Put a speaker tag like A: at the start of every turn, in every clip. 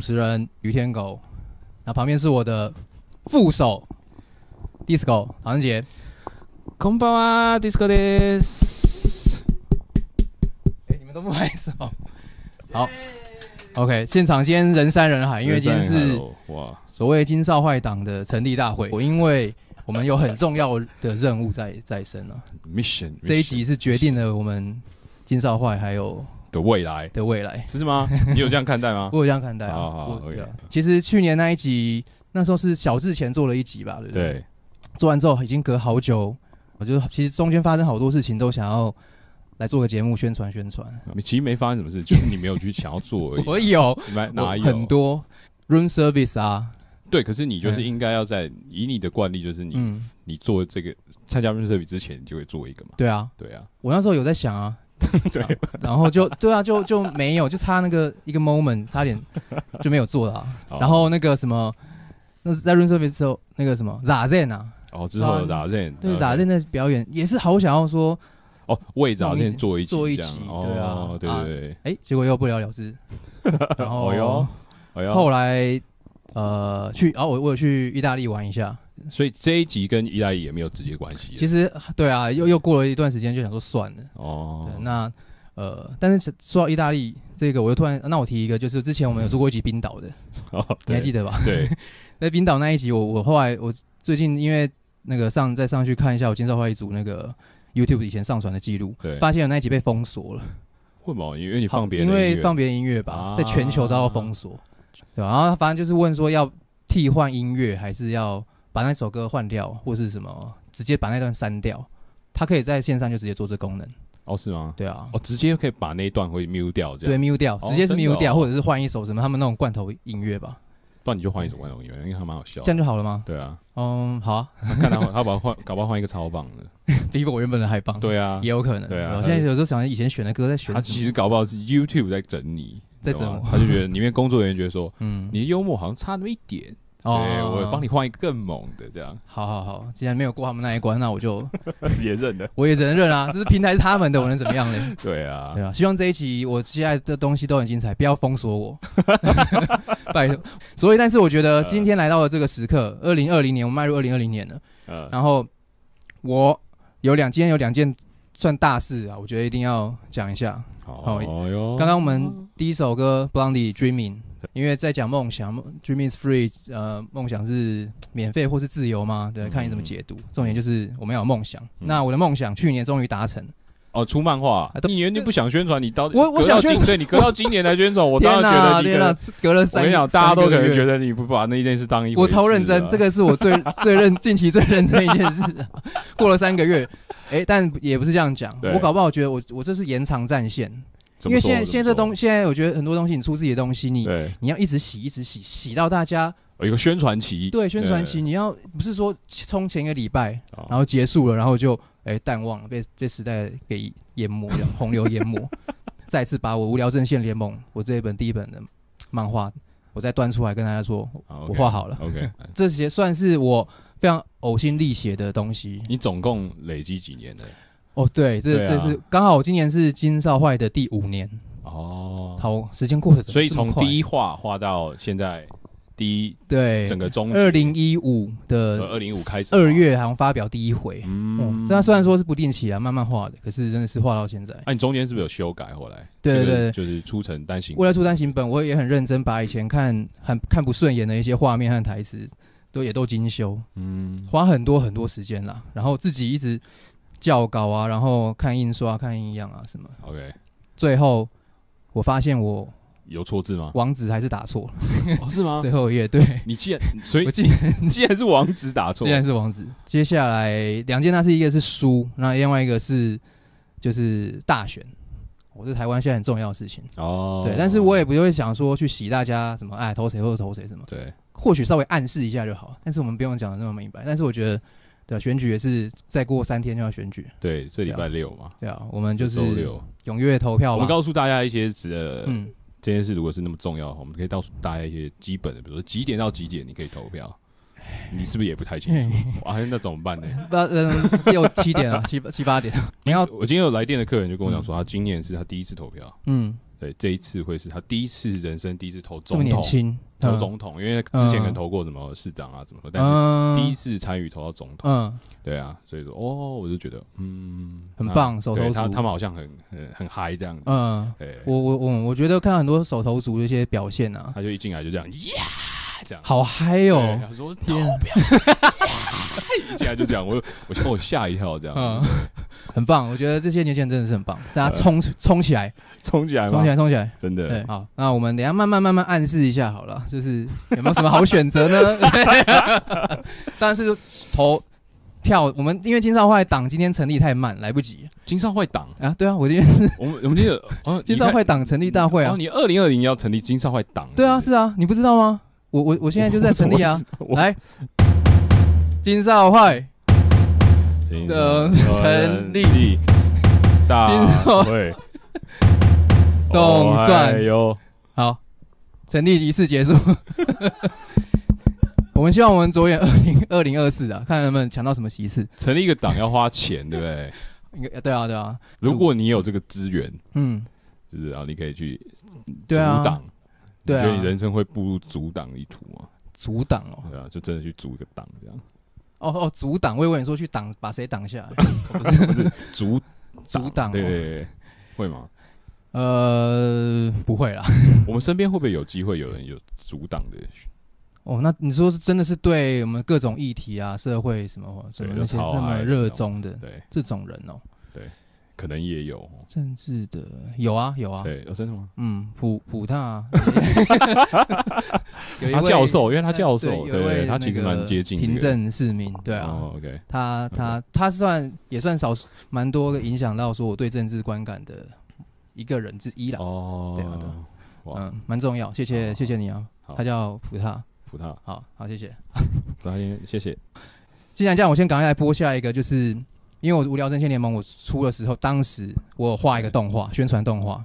A: 持人于天狗，那旁边是我的副手 Disco 唐人杰。
B: こんばんは、ディスコです。
A: 哎、你们都不拍手。好，OK，现场先人山人海，因为今天是
B: 哇，
A: 所谓金少坏党的成立大会，我因为我们有很重要的任务在在身 啊，
B: mission
A: 这一集是决定了我们金少坏还有
B: 的未来
A: 的未来。
B: 是吗？你有这样看待吗
A: 我？有这样看待啊，
B: 好好好
A: 我对啊
B: OK
A: 其实去年那一集，那时候是小智前做了一集吧，对不对？
B: 对，
A: 做完之后已经隔好久，我就其实中间发生好多事情，都想要来做个节目宣传宣传。
B: 你其实没发生什么事，就是你没有去想要做而已。
A: 我有，
B: 你们
A: 我
B: 哪有
A: 很多 room service 啊，
B: 对，可是你就是
A: 嗯
B: 应该要在以你的惯例，就是你
A: 嗯，
B: 你做这个参加 r e s e r v 之前，你就会做一个嘛。
A: 对啊，
B: 对啊，
A: 我那时候有在想 啊，
B: 对
A: 啊然后就对啊，就就没有，就差那个一个 moment，差点就没有做了、啊。
B: 好
A: 然后那个什么，那是在 room service 的时候，那个什么 Zazen 啊，
B: 哦之后
A: 对啊
B: r z e n
A: 对 Zazen 的表演也是好想要说，
B: 哦，为 r z e n 做一
A: 做一
B: 这样
A: 集
B: 哦
A: 对啊
B: 对
A: 啊
B: 对对，
A: 哎，结果又不了了 之。然
B: 哦哟
A: 后
B: 哎呀，
A: 后来呃去，啊，我我有去意大利玩一下。
B: 所以这一集跟意大利也没有直接关系。
A: 其实对啊，又又过了一段时间，就想说算了。
B: 哦
A: 对，，那呃，但是说到意大利这个，我又突然，那我提一个，就是之前 我们有做过一集冰岛的，
B: 哦
A: 你还记
B: 对
A: 得吧？
B: 对，
A: 在冰岛那一集，我我后来我最近因为那个上再上去看一下我今少一组那个 YouTube 以前上传的记录，
B: 对
A: 发现了那一集被封锁了，
B: 为什么？因为你放别人
A: 因
B: 的音乐，
A: 为放别人音乐吧，
B: 啊
A: 在全球遭到封锁，对吧然后反正就是问说要替换音乐，还是要把那首歌换掉，或是什么直接把那段删掉。它可以在线上就直接做这功能，
B: 哦是吗？
A: 对啊，
B: 哦，直接可以把那一段会 mute 掉，这
A: 对
B: 样，
A: ，mute 掉，
B: 哦
A: 直接是
B: 真的
A: mute 掉，
B: 哦
A: 或者是换一首什么他们那种罐头音乐吧，
B: 不然你就换一首《万能音乐》，因为还蛮好笑的
A: 这。样就好了吗？
B: 对啊，
A: 嗯，好啊，
B: 他看他换， 他把换，搞不好换一个超棒的。
A: 比我原本的还棒。
B: 对啊
A: 也，有可能。
B: 对啊
A: 我现在有时候想以前选的歌在选
B: 他
A: 什
B: 其
A: 么，
B: 实搞不好是 YouTube 在整你，
A: 在整
B: 你懂吗
A: 我
B: 他就觉得里面工作人员觉得说
A: 嗯，哦
B: 你的幽默好像差那么一点，对我帮
A: 你。
B: 你换一个更猛的，这样
A: 好好好，既然没有过他们那一关，那我就
B: 也认的。
A: 我也只能认啊，这是平台是他们的，我能怎么样呢？
B: 对啊
A: 对，啊，希望这一集我现在的东西都很精彩，不要封锁 我，拜托。所以，但是我觉得今天来到了这个时刻，二零二零年，我们迈入二零二零年了，
B: 嗯，
A: 然后我有两，今天有两件算大事啊，我觉得一定要讲一下。
B: 好
A: 好
B: 哦哟，
A: 刚刚我们第一首歌《Blondie Dreaming》，因为在讲梦想梦，Dreaming is free，呃，梦想是免费或是自由吗？对，
B: 嗯
A: 看你怎么解读。重点就是我们要有梦想。
B: 嗯
A: 那我的梦想去年终于达成，
B: 哦出漫画
A: 啊，都
B: 你完全不想宣传，你到
A: 我我
B: 隔到
A: 想宣
B: 今对你隔到今年来 宣传，我当
A: 天
B: 然觉得你
A: 天
B: 可能
A: 哪，隔了
B: 我
A: 三，
B: 跟你讲，大家都可能觉
A: 得。
B: 得你不把那一件事当一回事啊、
A: 我超认真，这个是我 最最认近期最认真的一件事啊。过了三个月，哎，但也不是这样讲，
B: 对
A: 我搞不好觉得我我这是延长战线，
B: 怎
A: 因
B: 么
A: 为
B: 说
A: 现在现在这
B: 怎
A: 东
B: 么
A: 现在我觉得很多东西你出自己的东西，
B: 说
A: 你
B: 对
A: 你要一直洗一直洗，洗到大家
B: 有一个宣传期，
A: 对，宣传期你要不是说冲前一个礼拜，
B: 对，
A: 然后结束了，然后就哎淡忘了，被被时代给淹没了，洪流淹没。 再次把我《无聊阵线联盟》我这一本第一本的漫画，我再端出来跟大家说，
B: 好
A: 我画好了。
B: 啊 OK，
A: 这些算是我非常呕心沥血的东西。
B: 你总共累积几年的？
A: 哦，对，这
B: 对啊
A: 这是刚好我今年是金少坏的第五年，
B: 哦，
A: 好，时间过得
B: 所以从第
A: 一
B: 一画画到现在，第一
A: 对
B: 整个中
A: 二零一五的
B: 二零五开始，
A: 二，月好像发表第一回，
B: 嗯
A: 嗯，，但虽然说是不定期啊，慢慢画的，可是真的是画到现在。
B: 那你中间是不是有修改？后来
A: 对对
B: 这个
A: 对
B: 就是出成单行
A: 为了出单行本，我也很认真，把以前看很看不顺眼的一些画面和台词，都也都精修，
B: 嗯，
A: 花很多很多时间啦。然后自己一直校稿啊，然后看印刷、看印样啊什么。
B: ，OK，
A: 最后我发现我
B: 有错字吗？
A: 网址还是打错了，
B: 哦，是吗
A: 最后一页对，
B: 你既然所以
A: 我竟然
B: 你既然是网址打错
A: 竟，然是网址。接下来两件大事，一个是书，那另外一个是就是大选，我是台湾现在很重要的事情。
B: 哦，
A: 对，但是我也不会想说去洗大家什么，哎，投谁或者投谁什么，
B: 对
A: 或许稍微暗示一下就好。但是我们不用讲的那么明白。但是我觉得，对、啊、选举也是再过三天就要选举，
B: 对，这礼拜六嘛，
A: 对啊，我们就是
B: 周六。
A: 踊跃投票
B: 我
A: 吧
B: 们。告诉大家一些呃、
A: 嗯，
B: 这件事如果是那么重要的话，我们可以告诉大家一些基本的，比如说几点到几点你可以投票。你是不是也不太清 楚？啊，那怎么办 呢？
A: 不，嗯，六七点啊，七八七八点，你要，
B: 我今天有来电的客人就跟我讲说，他今年是他第一次投票，
A: 嗯，
B: 对，这一次会是他第一次人生第一次投
A: 这么
B: 总
A: 年
B: 统，
A: 轻，
B: 投
A: 嗯
B: 总统，因为之前可能投过什么市长啊，怎么说，但是
A: 嗯，
B: 第一次参与投到总统，
A: 嗯，
B: 对啊，所以说哦，我就觉得嗯，
A: 很
B: 他
A: 棒手
B: 对
A: 头
B: 他
A: 足
B: 他们好像很很很嗨这样子，
A: 嗯，
B: 对，
A: 我我我我觉得看到很多手头族的一些表现啊，
B: 他就一进来就这样呀这样，
A: 好嗨
B: 对
A: 哦，
B: 他说投
A: 天啊，
B: 票， 呀一进来就这样，我我我吓一跳这样，
A: 嗯， 很棒，我觉得这些年轻人真的是很棒，大
B: 呃
A: 家冲冲起来，
B: 冲起来
A: 冲
B: 吗
A: 起？来，冲起来。
B: 真
A: 对
B: 的，，
A: 好，那我们等一下慢慢慢慢暗示一下好了，就是有没有什么好选择呢？ 当然是投票，我们因为金少坏党今天成立太慢，来不及
B: 金少会党，
A: 啊。对啊，我今天是
B: 我们我们这个哦，
A: 金少
B: 会
A: 坏党成立大会啊
B: 哦，。你二零二零要成立金少会党，
A: 对啊，是啊，你不知道吗？我我我现在就在成立啊，
B: 我，
A: 来，金少坏，
B: 金
A: 的
B: 少
A: 成立
B: 大
A: 金少
B: 会，
A: 动算
B: 哎呦，
A: 好，成立仪式结束。 我们希望我们着眼二零二零二四啊，看能不能抢到什么席次。
B: 成立一个党要花钱，对不对？
A: 应该对啊，对啊，
B: 如果你有这个资源，
A: 嗯，
B: 就是然后你可以去阻
A: 对啊
B: 挡，
A: 对
B: 你觉得你
A: 啊，
B: 人生会步入阻挡一途吗？
A: 阻挡哦。
B: 对啊，就真的去阻一个挡这样，
A: 哦哦，阻挡，我以为你说去挡，把谁挡 下来？
B: 阻
A: 阻挡哦
B: 对对对，会吗？
A: 呃，不会啦。
B: 我们身边会不会有机会有人有阻挡的？
A: 哦，那你说是真的是对我们各种议题啊、社会什么什么
B: 对啊
A: 那些
B: 都超
A: 那
B: 爱
A: 么
B: 的
A: 热衷的
B: 对，
A: 这种人哦，
B: 可能也有哦。
A: 政治的有啊有啊，
B: 对，哦真的吗？
A: 嗯，普普大 啊，有一
B: 他
A: 位呃
B: 教授，因为他教授，
A: 对有一
B: 对
A: 位
B: 对，他其实
A: 那个
B: 蛮接近这个
A: 平政市民，对啊，
B: 哦，OK，
A: 他他他算也算少数蛮多个影响到说我对政治观感的一个人之一啦，
B: 哦，
A: 对啊对啊
B: 哇，
A: 嗯，蛮重要，谢谢
B: 好
A: 谢谢你啊
B: 好，
A: 他叫普大，
B: 葡萄，
A: 好好谢谢。
B: 葡萄先谢谢。
A: 既然这样，我先赶快来播下一个，就是因为我《无聊阵线联盟》我出的时候，当时我有画一个动画，宣传动画，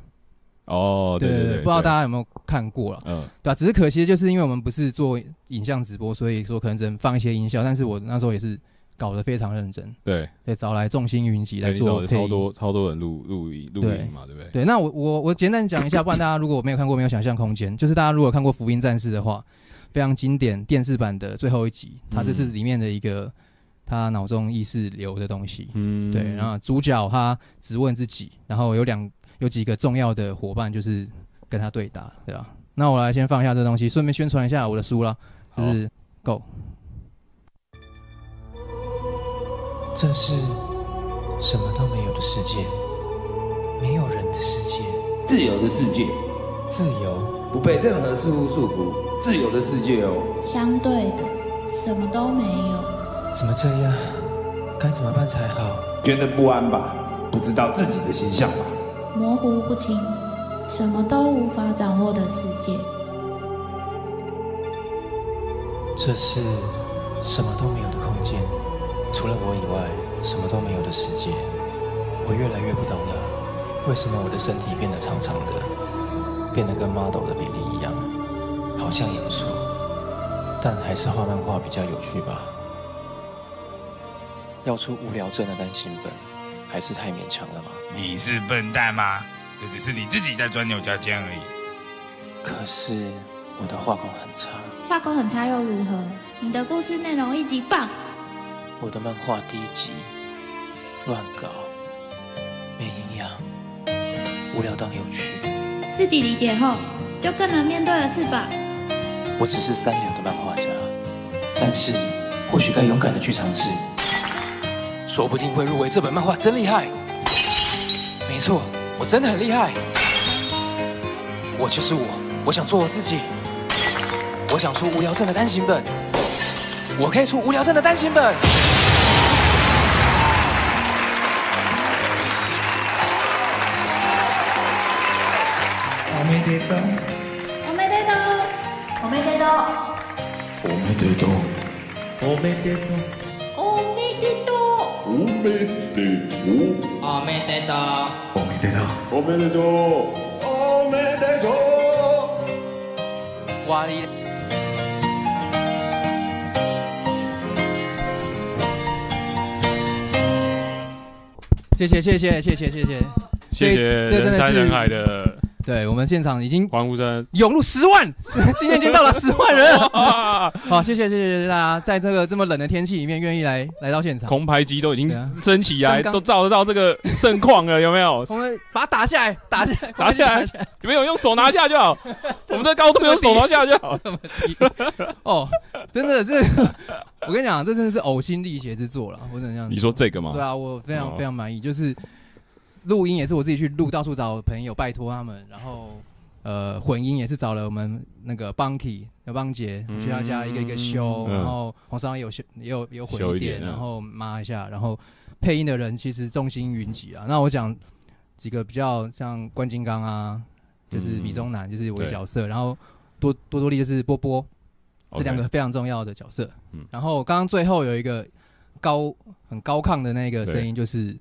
B: 哦，对
A: 对
B: 对，
A: 不知道大家有没有看过了，
B: 嗯，
A: 对吧、啊只是可惜就是因为我们不是做影像直播，所以说可能只能放一些音效，但是我那时候也是搞得非常认真，
B: 对，
A: 对，找来众星云集来
B: 对你找
A: 做
B: 了
A: 配
B: 超
A: 音。
B: 多超多人录录音录
A: 对
B: 音嘛，对不对？
A: 对，那我我我简单讲一下，不然大家如果没有看过，没有想象空间，就是大家如果看过《福音战士》的话，非常经典电视版的最后一集，它这是
B: 嗯
A: 里面的一个他脑中意识流的东西，
B: 嗯，
A: 对，然后主角他直问自己，然后有两有几个重要的伙伴就是跟他对打，对吧？那我来先放一下这东西，顺便宣传一下我的书啦，就
B: 好
A: 是 Go。
C: 这是什么都没有的世界，没有人的世界，
D: 自由的世界，
C: 自由，
D: 不被任何事物束缚，自由的世界哦。
E: 相对的，什么都没有。
C: 怎么这样？该怎么办才好？
D: 觉得不安吧？不知道自己的形象吧？
E: 模糊不清，什么都无法掌握的世界。
C: 这是什么都没有的空间，除了我以外，什么都没有的世界。我越来越不懂了，为什么我的身体变得长长的，变得跟 model 的比例一样，好像也不错，但还是画漫画比较有趣吧。要出无聊症的单行本，还是太勉强了吧？
F: 你是笨蛋吗？这只是你自己在钻牛角尖而已。
C: 可是我的画工很差，
E: 画工很差又如何？你的故事内容一级棒，
C: 我的漫画第一集乱搞，没营养，无聊当有趣。
E: 自己理解后就更能面对了，是吧？
C: 我只是三流的漫画家，但是或许该勇敢的去尝试，说不定会入围这本漫画真厉害。没错，我真的很厉害。我就是我，我想做我自己。我想出无聊症的单行本，我可以出无聊症的单行本。
E: 我没得到，我没得到，我没得到，
C: 哇哩！
A: 谢谢谢谢谢谢谢谢，
B: 谢谢
A: 这这真
B: 人
A: 的
B: 山
A: 是
B: 人海的
A: 对我们现场已经
B: 欢呼声
A: 涌入十万， 是今天已经到了十万 人。
B: 啊！
A: 好，谢谢谢谢谢谢大家，在这个这么冷的天气里面，愿意来来到现场，
B: 空拍机都已经
A: 对啊
B: 升起来，
A: 刚刚
B: 都照得到这个盛况了，有没有？
A: 我们把它打下来，打下 来，
B: 拿下来
A: 下来，
B: 没有用手拿下 就好，我们的高度用手拿下就好。
A: 这么低。哦，真的是， 我跟你讲，这真的是呕心沥血之作了，我只能这样。
B: 你说这个吗？
A: 对啊，我非常
B: 哦
A: 非常满意，就是录音也是我自己去录，到处找朋友拜托他们，然后呃混音也是找了我们那个邦 y 的邦姐
B: 嗯
A: 去他家一个一个修，
B: 嗯
A: 然后黄少也有修也有也有混
B: 修一
A: 一点，
B: 点啊
A: 然后抹一下，然后配音的人其实众星云集啊。那我讲几个比较像关金刚啊，就是
B: 嗯
A: 米中南，就是我的
B: 对
A: 角色，然后多多多利就是波波，这
B: OK
A: 两个非常重要的角色。
B: 嗯
A: 然后刚刚最后有一个高很高亢的那个声音，就是
B: 嗯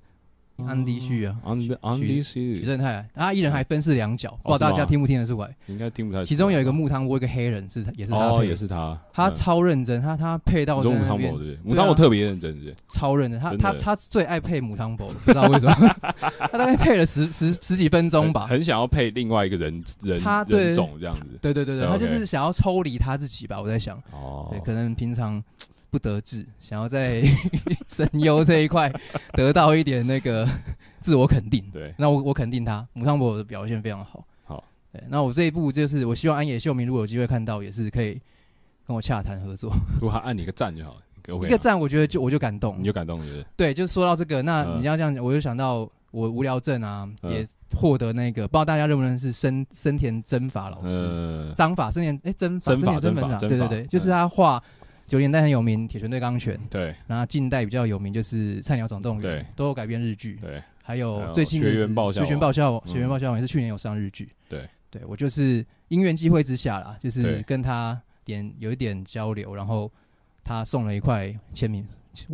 A: 安迪旭啊，
B: 安迪安迪旭
A: 许正泰，他一人还分饰两角，不
B: 哦
A: 知道大
B: 是
A: 家
B: 吗
A: 听不听得出来。
B: 应该听不太出来。
A: 其中有一个木汤锅，一个黑人是也是他
B: 哦，
A: 配
B: 也
A: 的，
B: 是他，
A: 他
B: 嗯
A: 超认真，他他配到
B: 你
A: 在
B: 说武
A: 那
B: 汤
A: 边啊
B: 某对不对？武汤某特别认真，是不是？
A: 超认真，他
B: 真的
A: 他他最爱配母汤锅，不知道为什 么，他大概配了十十十几分钟吧
B: 很。很想要配另外一个人人
A: 他对
B: 人种这样 子。
A: 对对对对，
B: 对
A: 他
B: 哦 OK
A: 就是想要抽离他自己吧，我在想。
B: 哦
A: 对，可能平常不得志， 想要在声优这一块得到一点那个自我肯定。
B: 对，
A: 那我我肯定他，母汤博的表现非常好。
B: 好，
A: 对，那我这一部就是我希望安野秀明如果有机会看到，也是可以跟我洽谈合作。
B: 如果他按你一个赞就好，给我
A: 一个，赞，我觉得就我就感动
B: 啊你。就感动了是不是？
A: 对，哦就是说到这个，那
B: 嗯
A: 你要这样讲，我就想到我无聊症啊，
B: 嗯
A: 也获得那个不知道大家认不认识生生田真法老师。
B: 呃，
A: 章法是念哎真法
B: 真
A: 是
B: 法
A: 念
B: 真
A: 真本
B: 法
A: 长，
B: 真
A: 对对
B: 法
A: 对，就是
B: 嗯
A: 他画九零年代很有名《铁拳对钢拳》，
B: 对
A: 然后近代比较有名就是《菜鸟总动员
B: 对》，
A: 都有改编日剧，
B: 对，
A: 还
B: 还
A: 有
B: 有
A: 最新的
B: 学员
A: 是
B: 爆笑
A: 学员
B: 王
A: 爆笑
B: 嗯
A: 学员爆笑王也是去年有上日剧，
B: 对
A: 对，我就是因缘机会之下啦，就是
B: 对
A: 跟他点有一点交流，然后他送了一块签名，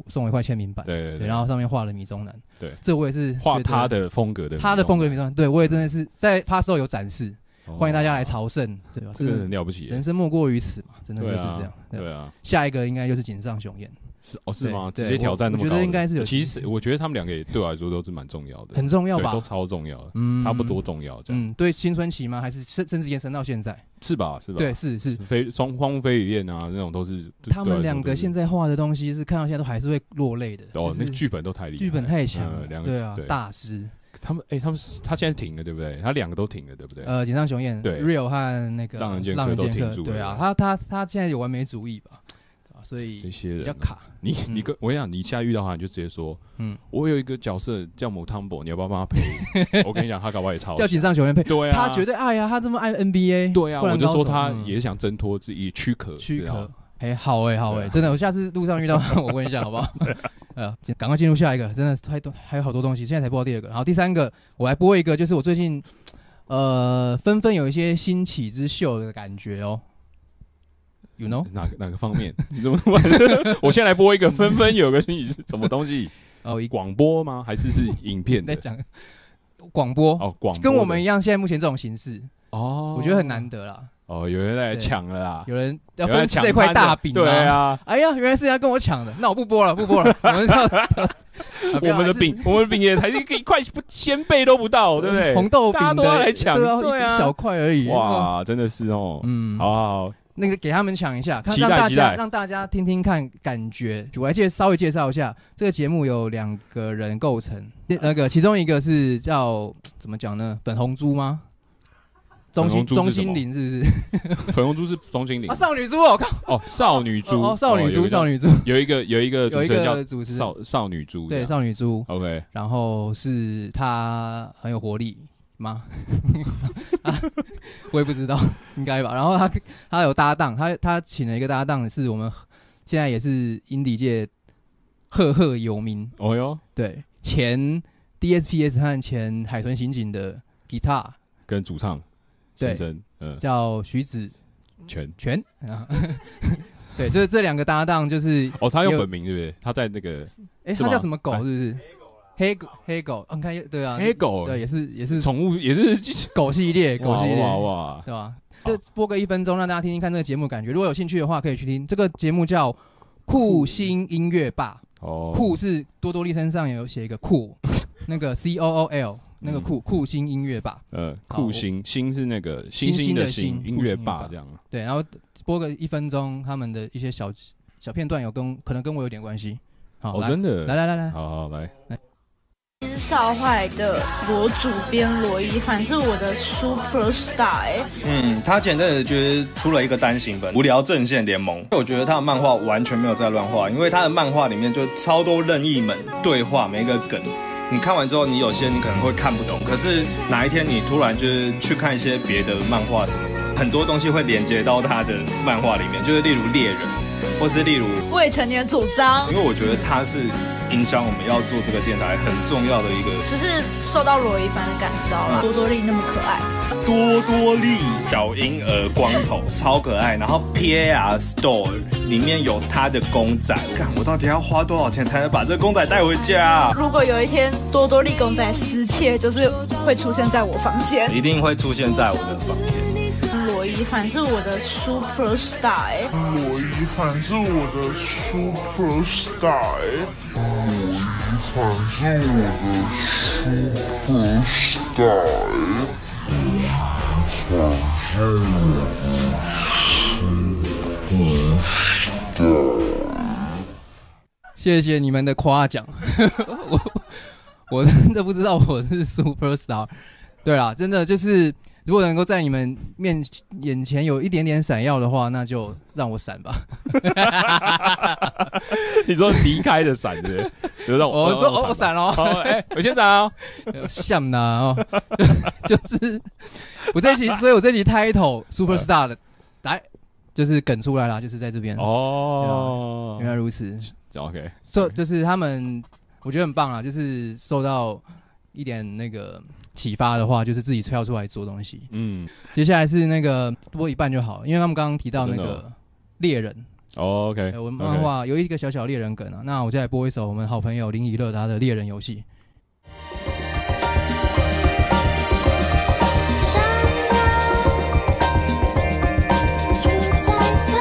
A: 送了一块签名板，
B: 对对
A: 对，然后上面画了米中南，
B: 对
A: 这我也是
B: 画
A: 觉得
B: 他的风格的
A: 他的风格的米
B: 那
A: 中南，对我也真的是在 p a s 有展示，
B: 种，
A: 欢迎大家来
B: 哦，
A: 朝圣，对吧？
B: 这个
A: 是
B: 很了不起耶
A: 人，生莫过于此嘛，真的就
B: 对
A: 是这样
B: 啊。，
A: 对
B: 对啊，
A: 下一个应该就是井上雄彦，
B: 是哦是
A: 对
B: 吗？
A: 对
B: 直接挑战那么
A: 我我
B: 高的，
A: 觉得应该是有
B: 其实我觉得他们两个也对我来说都是蛮重要的，
A: 很重要
B: 对
A: 吧
B: 都？超重要的，
A: 嗯
B: 差不多。重要这样，
A: 嗯，对，青春期吗？还是甚甚至延伸到现在？
B: 是吧？啊是吧？
A: 对，，是是。
B: 飞双荒飞雨燕啊那种都是，对
A: 他们两个现。在画的东西是看到现在都还是会落泪的。
B: 对我来
A: 就
B: 说都是哦，
A: 是
B: 那个剧本都太厉害了，
A: 剧本太强
B: 嗯
A: 了，
B: 两个
A: 对啊，大师。
B: 他们哎，他们是他现在停了，对不对？他两个都停了，对不对？
A: 呃，井上雄彦、
B: 对
A: Real 和那个
B: 浪人剑客
A: 浪人
B: 都
A: 剑
B: 挺
A: 客，
B: 住
A: 对
B: 了
A: 啊，他他他现在有完美主义吧？对吧所
B: 这
A: 以
B: 些人
A: 比
B: 啊
A: 较卡。
B: 你
A: 嗯
B: 你跟我跟你讲，你下遇到他，你就直接说，嗯
A: 嗯，
B: 我有一个角色叫某汤博，你要不要帮他配音？我跟你讲，他搞不好也超
A: 叫井上雄彦配，
B: 对啊，
A: 他绝对爱啊，他这么爱 NBA，
B: 对啊，
A: 灌篮
B: 我就说
A: 高手
B: 他
A: 嗯
B: 也想挣脱自己躯壳，
A: 躯
B: 知道
A: 壳
B: 吗。
A: 哎，好哎、好哎、
B: 啊对啊
A: 真的，我下次路上遇到 我问一下好不好？呃，赶快进入下一个，真的太多，还有好多东西，现在才播到第二个。好，第三个我来播一个，就是我最近呃纷纷有一些兴起之秀的感觉哦，you know，
B: 哪个哪个方面？ 你怎么办？ 我先来播一个，纷纷有个讯息是什么东 西？
A: 哦，一
B: 广播吗？还是是影片
A: 在
B: 的？
A: 讲广播，
B: 哦，广播
A: 跟我们一
B: 样
A: 样，现在目前这种形式，
B: 哦，
A: 我觉得很难得啦。
B: 哦，有人来
A: 对
B: 抢了啦，
A: 有人要
B: 有人
A: 分
B: 来
A: 吃
B: 抢
A: 这块
B: 他的
A: 大饼，
B: 对。啊，
A: 哎呀，原来是人家跟我抢的，那我不播了，不播了。我们 要 啊
B: 我们的饼，我们的饼也才一块不千倍都不到，对不对？
A: 红豆饼
B: 大家都
A: 的
B: 要来抢
A: 对啊，
B: 对啊
A: 一小块而已。哇，
B: 哇，真的是哦，
A: 嗯，
B: 好好好，
A: 那个给他们抢一下，看
B: 期待
A: 让大
B: 期
A: 家
B: 待
A: 让大家听听看感觉。我来介稍微介绍一下，这个节目有两个人构成，那个其中一个是叫怎么讲呢？粉红猪吗？
B: 粉
A: 钟心
B: 红猪是什么
A: 钟心凌是不是？
B: 粉红猪是钟欣凌
A: 啊，少女猪哦，靠，
B: 哦，少女猪
A: 哦，少女猪，少
B: 女
A: 女猪，
B: 有一个有一个主
A: 有一
B: 持人
A: 个
B: 叫
A: 主持人，
B: 少少女猪，
A: 对，少女猪，
B: OK，
A: 然后是他很有活力吗？ 啊我也不知道，应该吧。然后他他有搭档，他他请了一个搭档，是我们现在也是英迪界赫赫有名，
B: 哦哟，
A: 对，前 DSPS 和前海豚刑警的吉他
B: 跟主唱先生，嗯，
A: 叫徐子
B: 全
A: 泉啊， 对，就是这两个搭档，就是
B: 哦，他
A: 也
B: 用
A: 有
B: 本名对不对？他在那个
A: 哎，
B: 是
A: 他
B: 吗
A: 叫什么狗？是不是？黑狗，黑狗，嗯，看对啊，
B: 黑狗
A: 对，也是也是
B: 宠物也是
A: 狗系列，狗
B: 哇
A: 系列，
B: 哇哇，
A: 对吧？就播个一分钟，让大家听听看这个节目感觉。如果有兴趣的话，可以去听这个节目叫《酷星音乐吧》，
B: 哦，嗯
A: 酷是多多利身上也有写一个酷，那个 C O O L，那个酷酷星音乐吧，
B: 呃，
A: 好
B: 酷
A: 我
B: 星星是那个星
A: 星
B: 星
A: 的
B: 星
A: 星
B: 音
A: 酷
B: 乐
A: 星音
B: 霸
A: 乐
B: 这样。
A: 对，然后播个一分钟，他们的一些小小片段有跟可能跟我有点关系。好，
B: 哦，
A: 来
B: 真的，
A: 来来来来，
B: 好好来，
G: 金少坏的博主编罗一凡是我的 super star 哎、
H: 嗯，他简单的就是出了一个单行本《无聊阵线联盟》，我觉得他的漫画完全没有在乱画，因为他的漫画里面就超多任意门对话，每一个梗。你看完之后，你有些你可能会看不懂，可是哪一天你突然就是去看一些别的漫画什么什么，很多东西会连接到他的漫画里面，就是例如猎人，或是例如
G: 未成年主张，
H: 因为我觉得它是影响我们要做这个电台很重要的一个
G: 就是受到罗一凡的感召啦。多多利那么可爱，
H: 多多利小婴儿光头，超可爱。然后 P A R Store 里面有他的公仔，看我到底要花多少钱才能把这公仔带回家啊、
G: 如果有一天多多利公仔失窃，就是会出现在我房间。
H: 一定会出现在我的房间。
G: 罗一凡是我的 super star 哎、
I: 我遗产是我的 super star，我遗产是我的 super star，我遗产是我的 super star。
A: 谢谢你们的夸奖， 我我真的不知道我是 super star。对啦，真的就是如果能够在你们面眼前有一点点闪耀的话，那就让我闪吧。
B: 你说离开的伞是不是，就让
A: 我
B: 我
A: 说哦，我闪了，
B: 好，哎，我先闪呃 哦。
A: 像呢哦， 就是我这一集，所以我这一集 title super star 的来就是梗出来啦，就是在这边。
B: 哦
A: 原来如此，
B: ，OK，
A: 受、就是他们，我觉得很棒啦，就是受到一点那个启发的话，就是自己跳出来做东西。
B: 嗯，
A: 接下来是那个多一半就好，因为他们刚刚提到那
B: 真的
A: 个猎人，
B: 哦 OK，
A: 哎我们
B: OK
A: 漫画有一个小小猎人梗啊，那我就来播一首我们好朋友林以乐他的猎人游戏。
J: 上班，住在森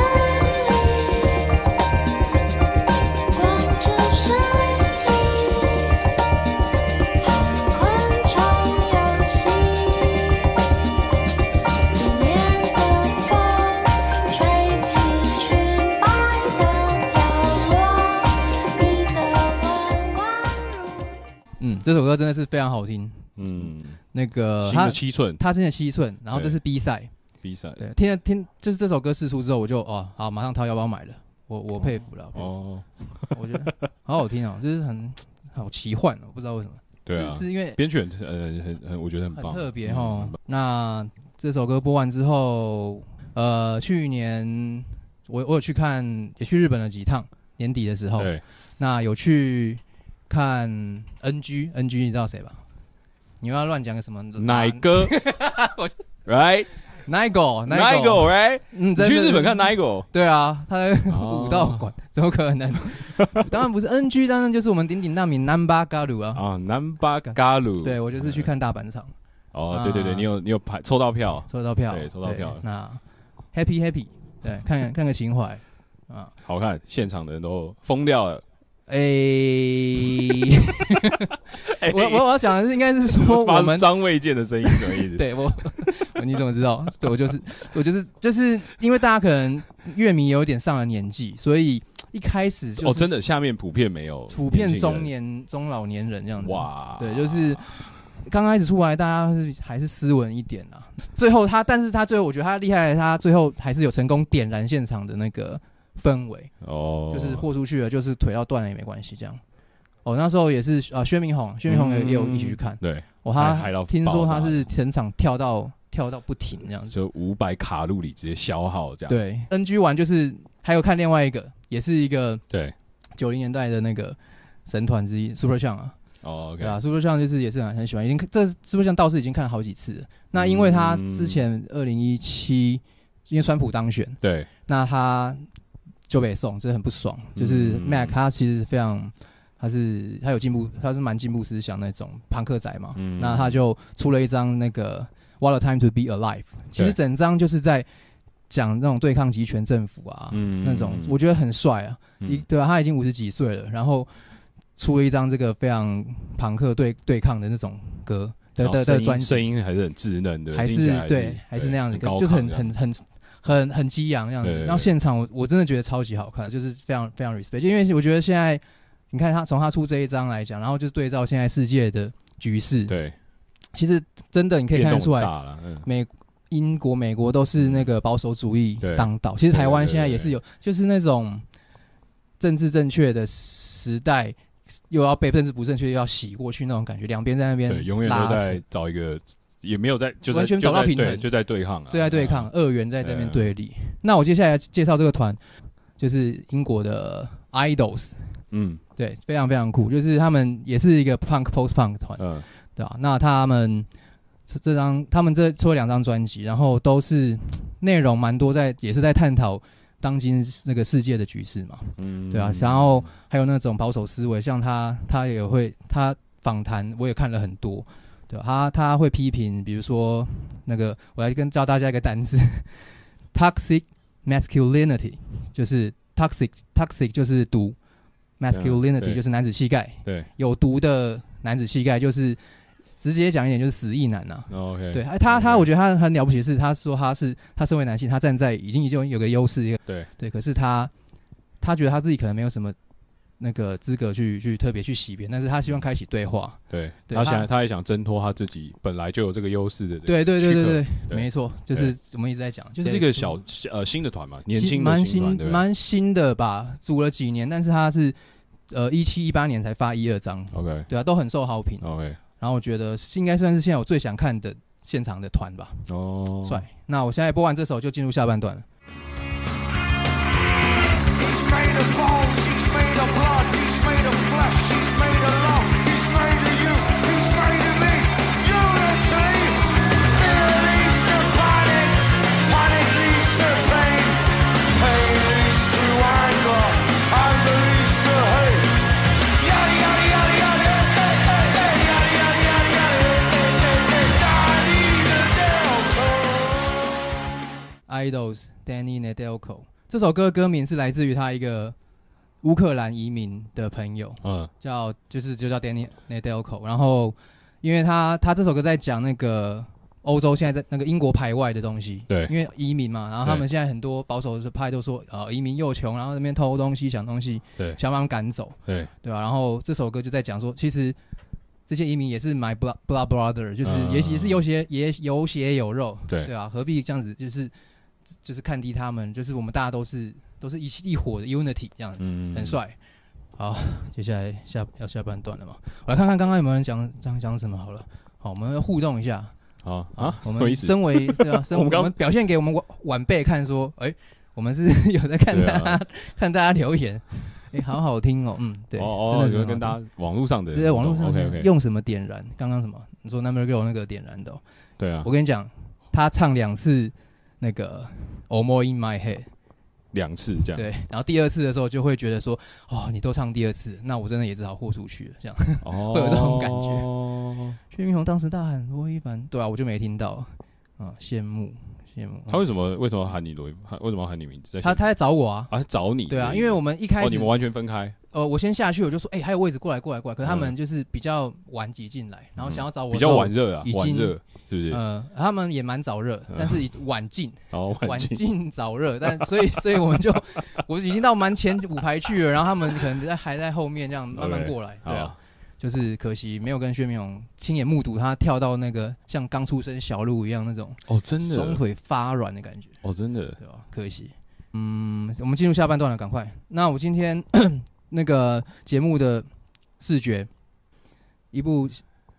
J: 林，光着身体，和昆虫游戏。思念的风，吹起裙摆的角落，你的吻宛如。
A: 嗯，这首歌真的是非常好听。
B: 嗯，
A: 那个
B: 新
A: 呃他
B: 的七寸
A: 他真的七寸，然后这是 B 赛，
B: 比赛，
A: 对，听了听就是这首歌试出之后，我就哦好，马上掏腰包买了，我我佩服了，
B: 哦，
A: 我觉得好好听哦，就是很好奇幻哦，不知道为什么，
B: 对啊
A: 是，是因为
B: 编曲很特呃很很，我觉得很
A: 很
B: 棒，
A: 特别
B: 嗯
A: 哦
B: 很棒。
A: 那这首歌播完之后，呃，去年我我有去看，也去日本了几趟，年底的时候，
B: 对，
A: 那有去看 NG NG，你知道谁吧？你又要乱讲个什么？
B: 奶 哥，right，
A: 奶狗
B: 奶狗，right，
A: 嗯，
B: 你
A: 真
B: 去
A: 的
B: 日本看奶狗，
A: 对啊，他在
B: 哦
A: 武道馆，怎么可能？ 当然不是 NG，当然就是我们鼎鼎大名 Namba Garu 啊。
B: 啊，南巴嘎鲁，
A: 对，我就是去看大阪场，
B: 哦，对对对，
A: 啊
B: 你有你有排抽到票，
A: 抽到票，
B: 对抽到票
A: 那 Happy Happy，对，看看个情怀啊。
B: 好看，现场的人都疯掉了。
A: 诶，哎我我我要讲的是，应该是说
B: 哎 发
A: 我
B: 出
A: 们
B: 张卫健的声音是什么意 思？，
A: 对我，你怎么知道？对我就是我就是就是因为大家可能乐迷有点上了年纪，所以一开始就是
B: 哦，真的，下面普遍没有
A: 普遍
B: 年轻人
A: 中年中老年人这样子。
B: 哇，
A: 对，就是刚开始出来，大家是还是斯文一点啊。最后他，但是他最后，我觉得他厉害的，他最后还是有成功点燃现场的那个氛围，
B: 哦，
A: 就是豁出去了，就是腿要断了也没关系这样。哦，那时候也是啊，薛明宏，薛明宏也
B: 嗯
A: 也有一起去看，
B: 对，
A: 哦，
B: 嗨嗨到
A: 他
B: 爆
A: 听说他是全场跳到跳到不停这样子。
B: 就五百卡路里直接消耗这样。
A: 对，NG 完就是还有看另外一个，也是一个
B: 对，
A: 九零年代的那个神团之一 Super 像啊，
B: 哦，OK，
A: 对啊，Super 像就是也是很很喜欢，已经看这 Super 像倒是已经看了好几次了。那因为他
B: 嗯
A: 之前二零一七，因为川普当选，
B: 对，
A: 那他就被送，真的很不爽。就是
B: 嗯
A: Mac 他其实非常，他是他有进步，他是蛮进步思想那种朋克仔嘛。
B: 嗯
A: 那他就出了一张那个《What a Time to Be Alive》，其实
B: 对
A: 整张就是在讲那种对抗集权政府啊，
B: 嗯
A: 那种
B: 嗯
A: 我觉得很帅啊。
B: 嗯
A: 一对啊，他已经五十几岁了，然后出了一张这个非常朋克对对抗的那种歌，的
B: 然后
A: 的
B: 声
A: 的
B: 音
A: 专
B: 声
A: 辑，
B: 音还是很稚嫩的，
A: 还
B: 听起来
A: 是对，还是那样子，
B: 高
A: 就是很
B: 亢这样
A: 很很很很激昂这样
B: 对
A: 子。
B: 对
A: 然后现场我我真的觉得超级好看，就是非常非常 respect，因为我觉得现在你看他从他出这一张来讲，然后就是对照现在世界的局势，
B: 对，
A: 其实真的你可以
B: 变
A: 看得
B: 动
A: 出来，
B: 大了，嗯，
A: 美英国、美国都是那个保守主义
B: 对
A: 当道，其实台湾
B: 对对对
A: 现在也是有，就是那种政治正确的时代，又要被政治不正确又要洗过去那种感觉，两边在那
B: 对，
A: 边
B: 永远
A: 拉
B: 都在
A: 扯，
B: 找一个，也没有在，就在
A: 完全找不到
B: 就在
A: 平衡
B: 对就在对抗啊，
A: 就在对抗，
B: 啊，
A: 二元在这边对立。那我接下来介绍这个团，就是英国的 Idols，
B: 嗯
A: 对，非常非常酷，就是他们也是一个 punk post punk 团，
B: 嗯，
A: 对吧、那他们这这张，他们这出了两张专辑，然后都是内容蛮多在，也是在探讨当今那个世界的局势嘛，
B: 嗯
A: 对啊。然后还有那种保守思维，像他，他也会他访谈，我也看了很多，对吧、他他会批评，比如说那个，我来跟教大家一个单词 ，toxic masculinity，就是 toxic toxic 就是毒
B: 对
A: ，masculinity 就是男子气概，
B: 对
A: 有毒的男子气概，就是直接讲一点，就是死意男呐、啊。
B: 嗯，OK，
A: 对，他他，他
B: OK
A: 我觉得他很了不起的是，他说他是他身为男性，他站在已经已经有个优势，一个
B: 对
A: 对，可是他他觉得他自己可能没有什么那个资格去去特别去洗别人，但是他希望开启对话。
B: 对，
A: 对
B: 他
A: 他
B: 想他也想挣脱他自己本来就有这个优势的这个，
A: 对对对对对
B: 躯，壳
A: 没错，就是我们一直在讲，
B: 就是
A: 对
B: 一个小呃新的团嘛，年
A: 其
B: 轻的
A: 蛮
B: 新
A: 新
B: 团对不对
A: 蛮新的吧，组了几年，但是他是呃一七一八年才发一二张，
B: ，OK
A: 对啊，都很受好评。
B: OK，
A: 然后我觉得应该算是现在我最想看的现场的团吧。
B: 哦，
A: 帅。那我现在播完这首就进入下半段了。
J: He's made of bones, he's made of blood, he's made of flesh, he's made of love, he's made of you, he's made of me. Unity! Fear leads to panic, panic leads to pain, pain leads to anger, anger leads to hate. Yada yada yada yada, hey, hey, hey, yada yada yada yada, hey, hey, hey, hey, I need a devil.
A: Idols Danny Nedelko 这首歌歌名是来自于他一个乌克兰移民的朋友，
B: 嗯
A: 叫就是就叫 Danny Nedelko。然后因为他他这首歌在讲那个欧洲现在在那个英国排外的东西，
B: 对
A: 因为移民嘛，然后他们现在很多保守派都说呃移民又穷，然后那边偷东西抢东西，
B: 对
A: 想把他们赶走，
B: 对
A: 对吧、然后这首歌就在讲说，其实这些移民也是 my blood blood brother，就是也
B: 嗯
A: 也是有血也有血有肉，
B: 对
A: 对啊，何必这样子？就是就是看低他们，就是我们大家都是都是一起一伙的 unity 这样子，
B: 嗯
A: 很。帅。好，接下来下要下半段了嘛，我来看看刚刚有没有人讲讲讲什么好了。好，我们互动一下
B: 好啊，
A: 我
B: 什么
A: 们
B: 意思
A: 身为对 啊，身
B: 我
A: 我
B: 们刚
A: 们表现给我们晚晚辈看，说，哎、我们是 有在看
B: 对
A: 大
B: 啊
A: 家、看大家留言，哎、好好听哦，嗯，对，
B: 哦
A: 真
B: 哦，
A: 的
B: 有
A: 是
B: 跟大
A: 家
B: 家网络上的
A: 对在网络上
B: OK OK，
A: 用什么点燃？刚刚什么？你说 Number Girl 那个点燃的哦、
B: 对啊
A: 我，跟你讲，他唱两次那个 Oh More in My Head，
B: 两次这样，
A: 对，然后第二次的时候就会觉得说，哦，你都唱第二次，那我真的也只好豁出去了。这样，
B: 哦，
A: 会有这种感觉
B: 觉。
A: 薛明宏当时大喊罗一凡，对啊，我就没听到，啊，羡慕羡慕。
B: 他为什么为什么喊你罗一喊为什么喊你名字？在
A: 他他在找我啊，
B: 啊找你
A: 对啊，因为我们一开
B: 哦
A: 始
B: 你们完全分开，
A: 呃，我先下去，我就说，哎、还有位置，过来，过来，过来。可是他
B: 嗯
A: 们就是比较晚挤进来，然后想要找我
B: 比
A: 的时
B: 较
A: 候
B: 晚，热啊
A: 已，经
B: 晚热是不是？嗯
A: 呃，他们也蛮早热，但是晚进，
B: 然后
A: 晚
B: 晚进
A: 进早热，但所以所以我们就我已经到蛮前五排去了，然后他们可能在还在后面这样慢慢
B: OK，
A: 过来，对啊
B: 好，
A: 就是可惜没有跟薛明勇亲眼目睹他跳到那个像刚出生小鹿一样那种
B: 哦，真的
A: 双腿发软的感觉。
B: 哦，真的
A: 对吧、可惜。嗯，我们进入下半段了，赶快。那我今天 那个节目的视觉，一部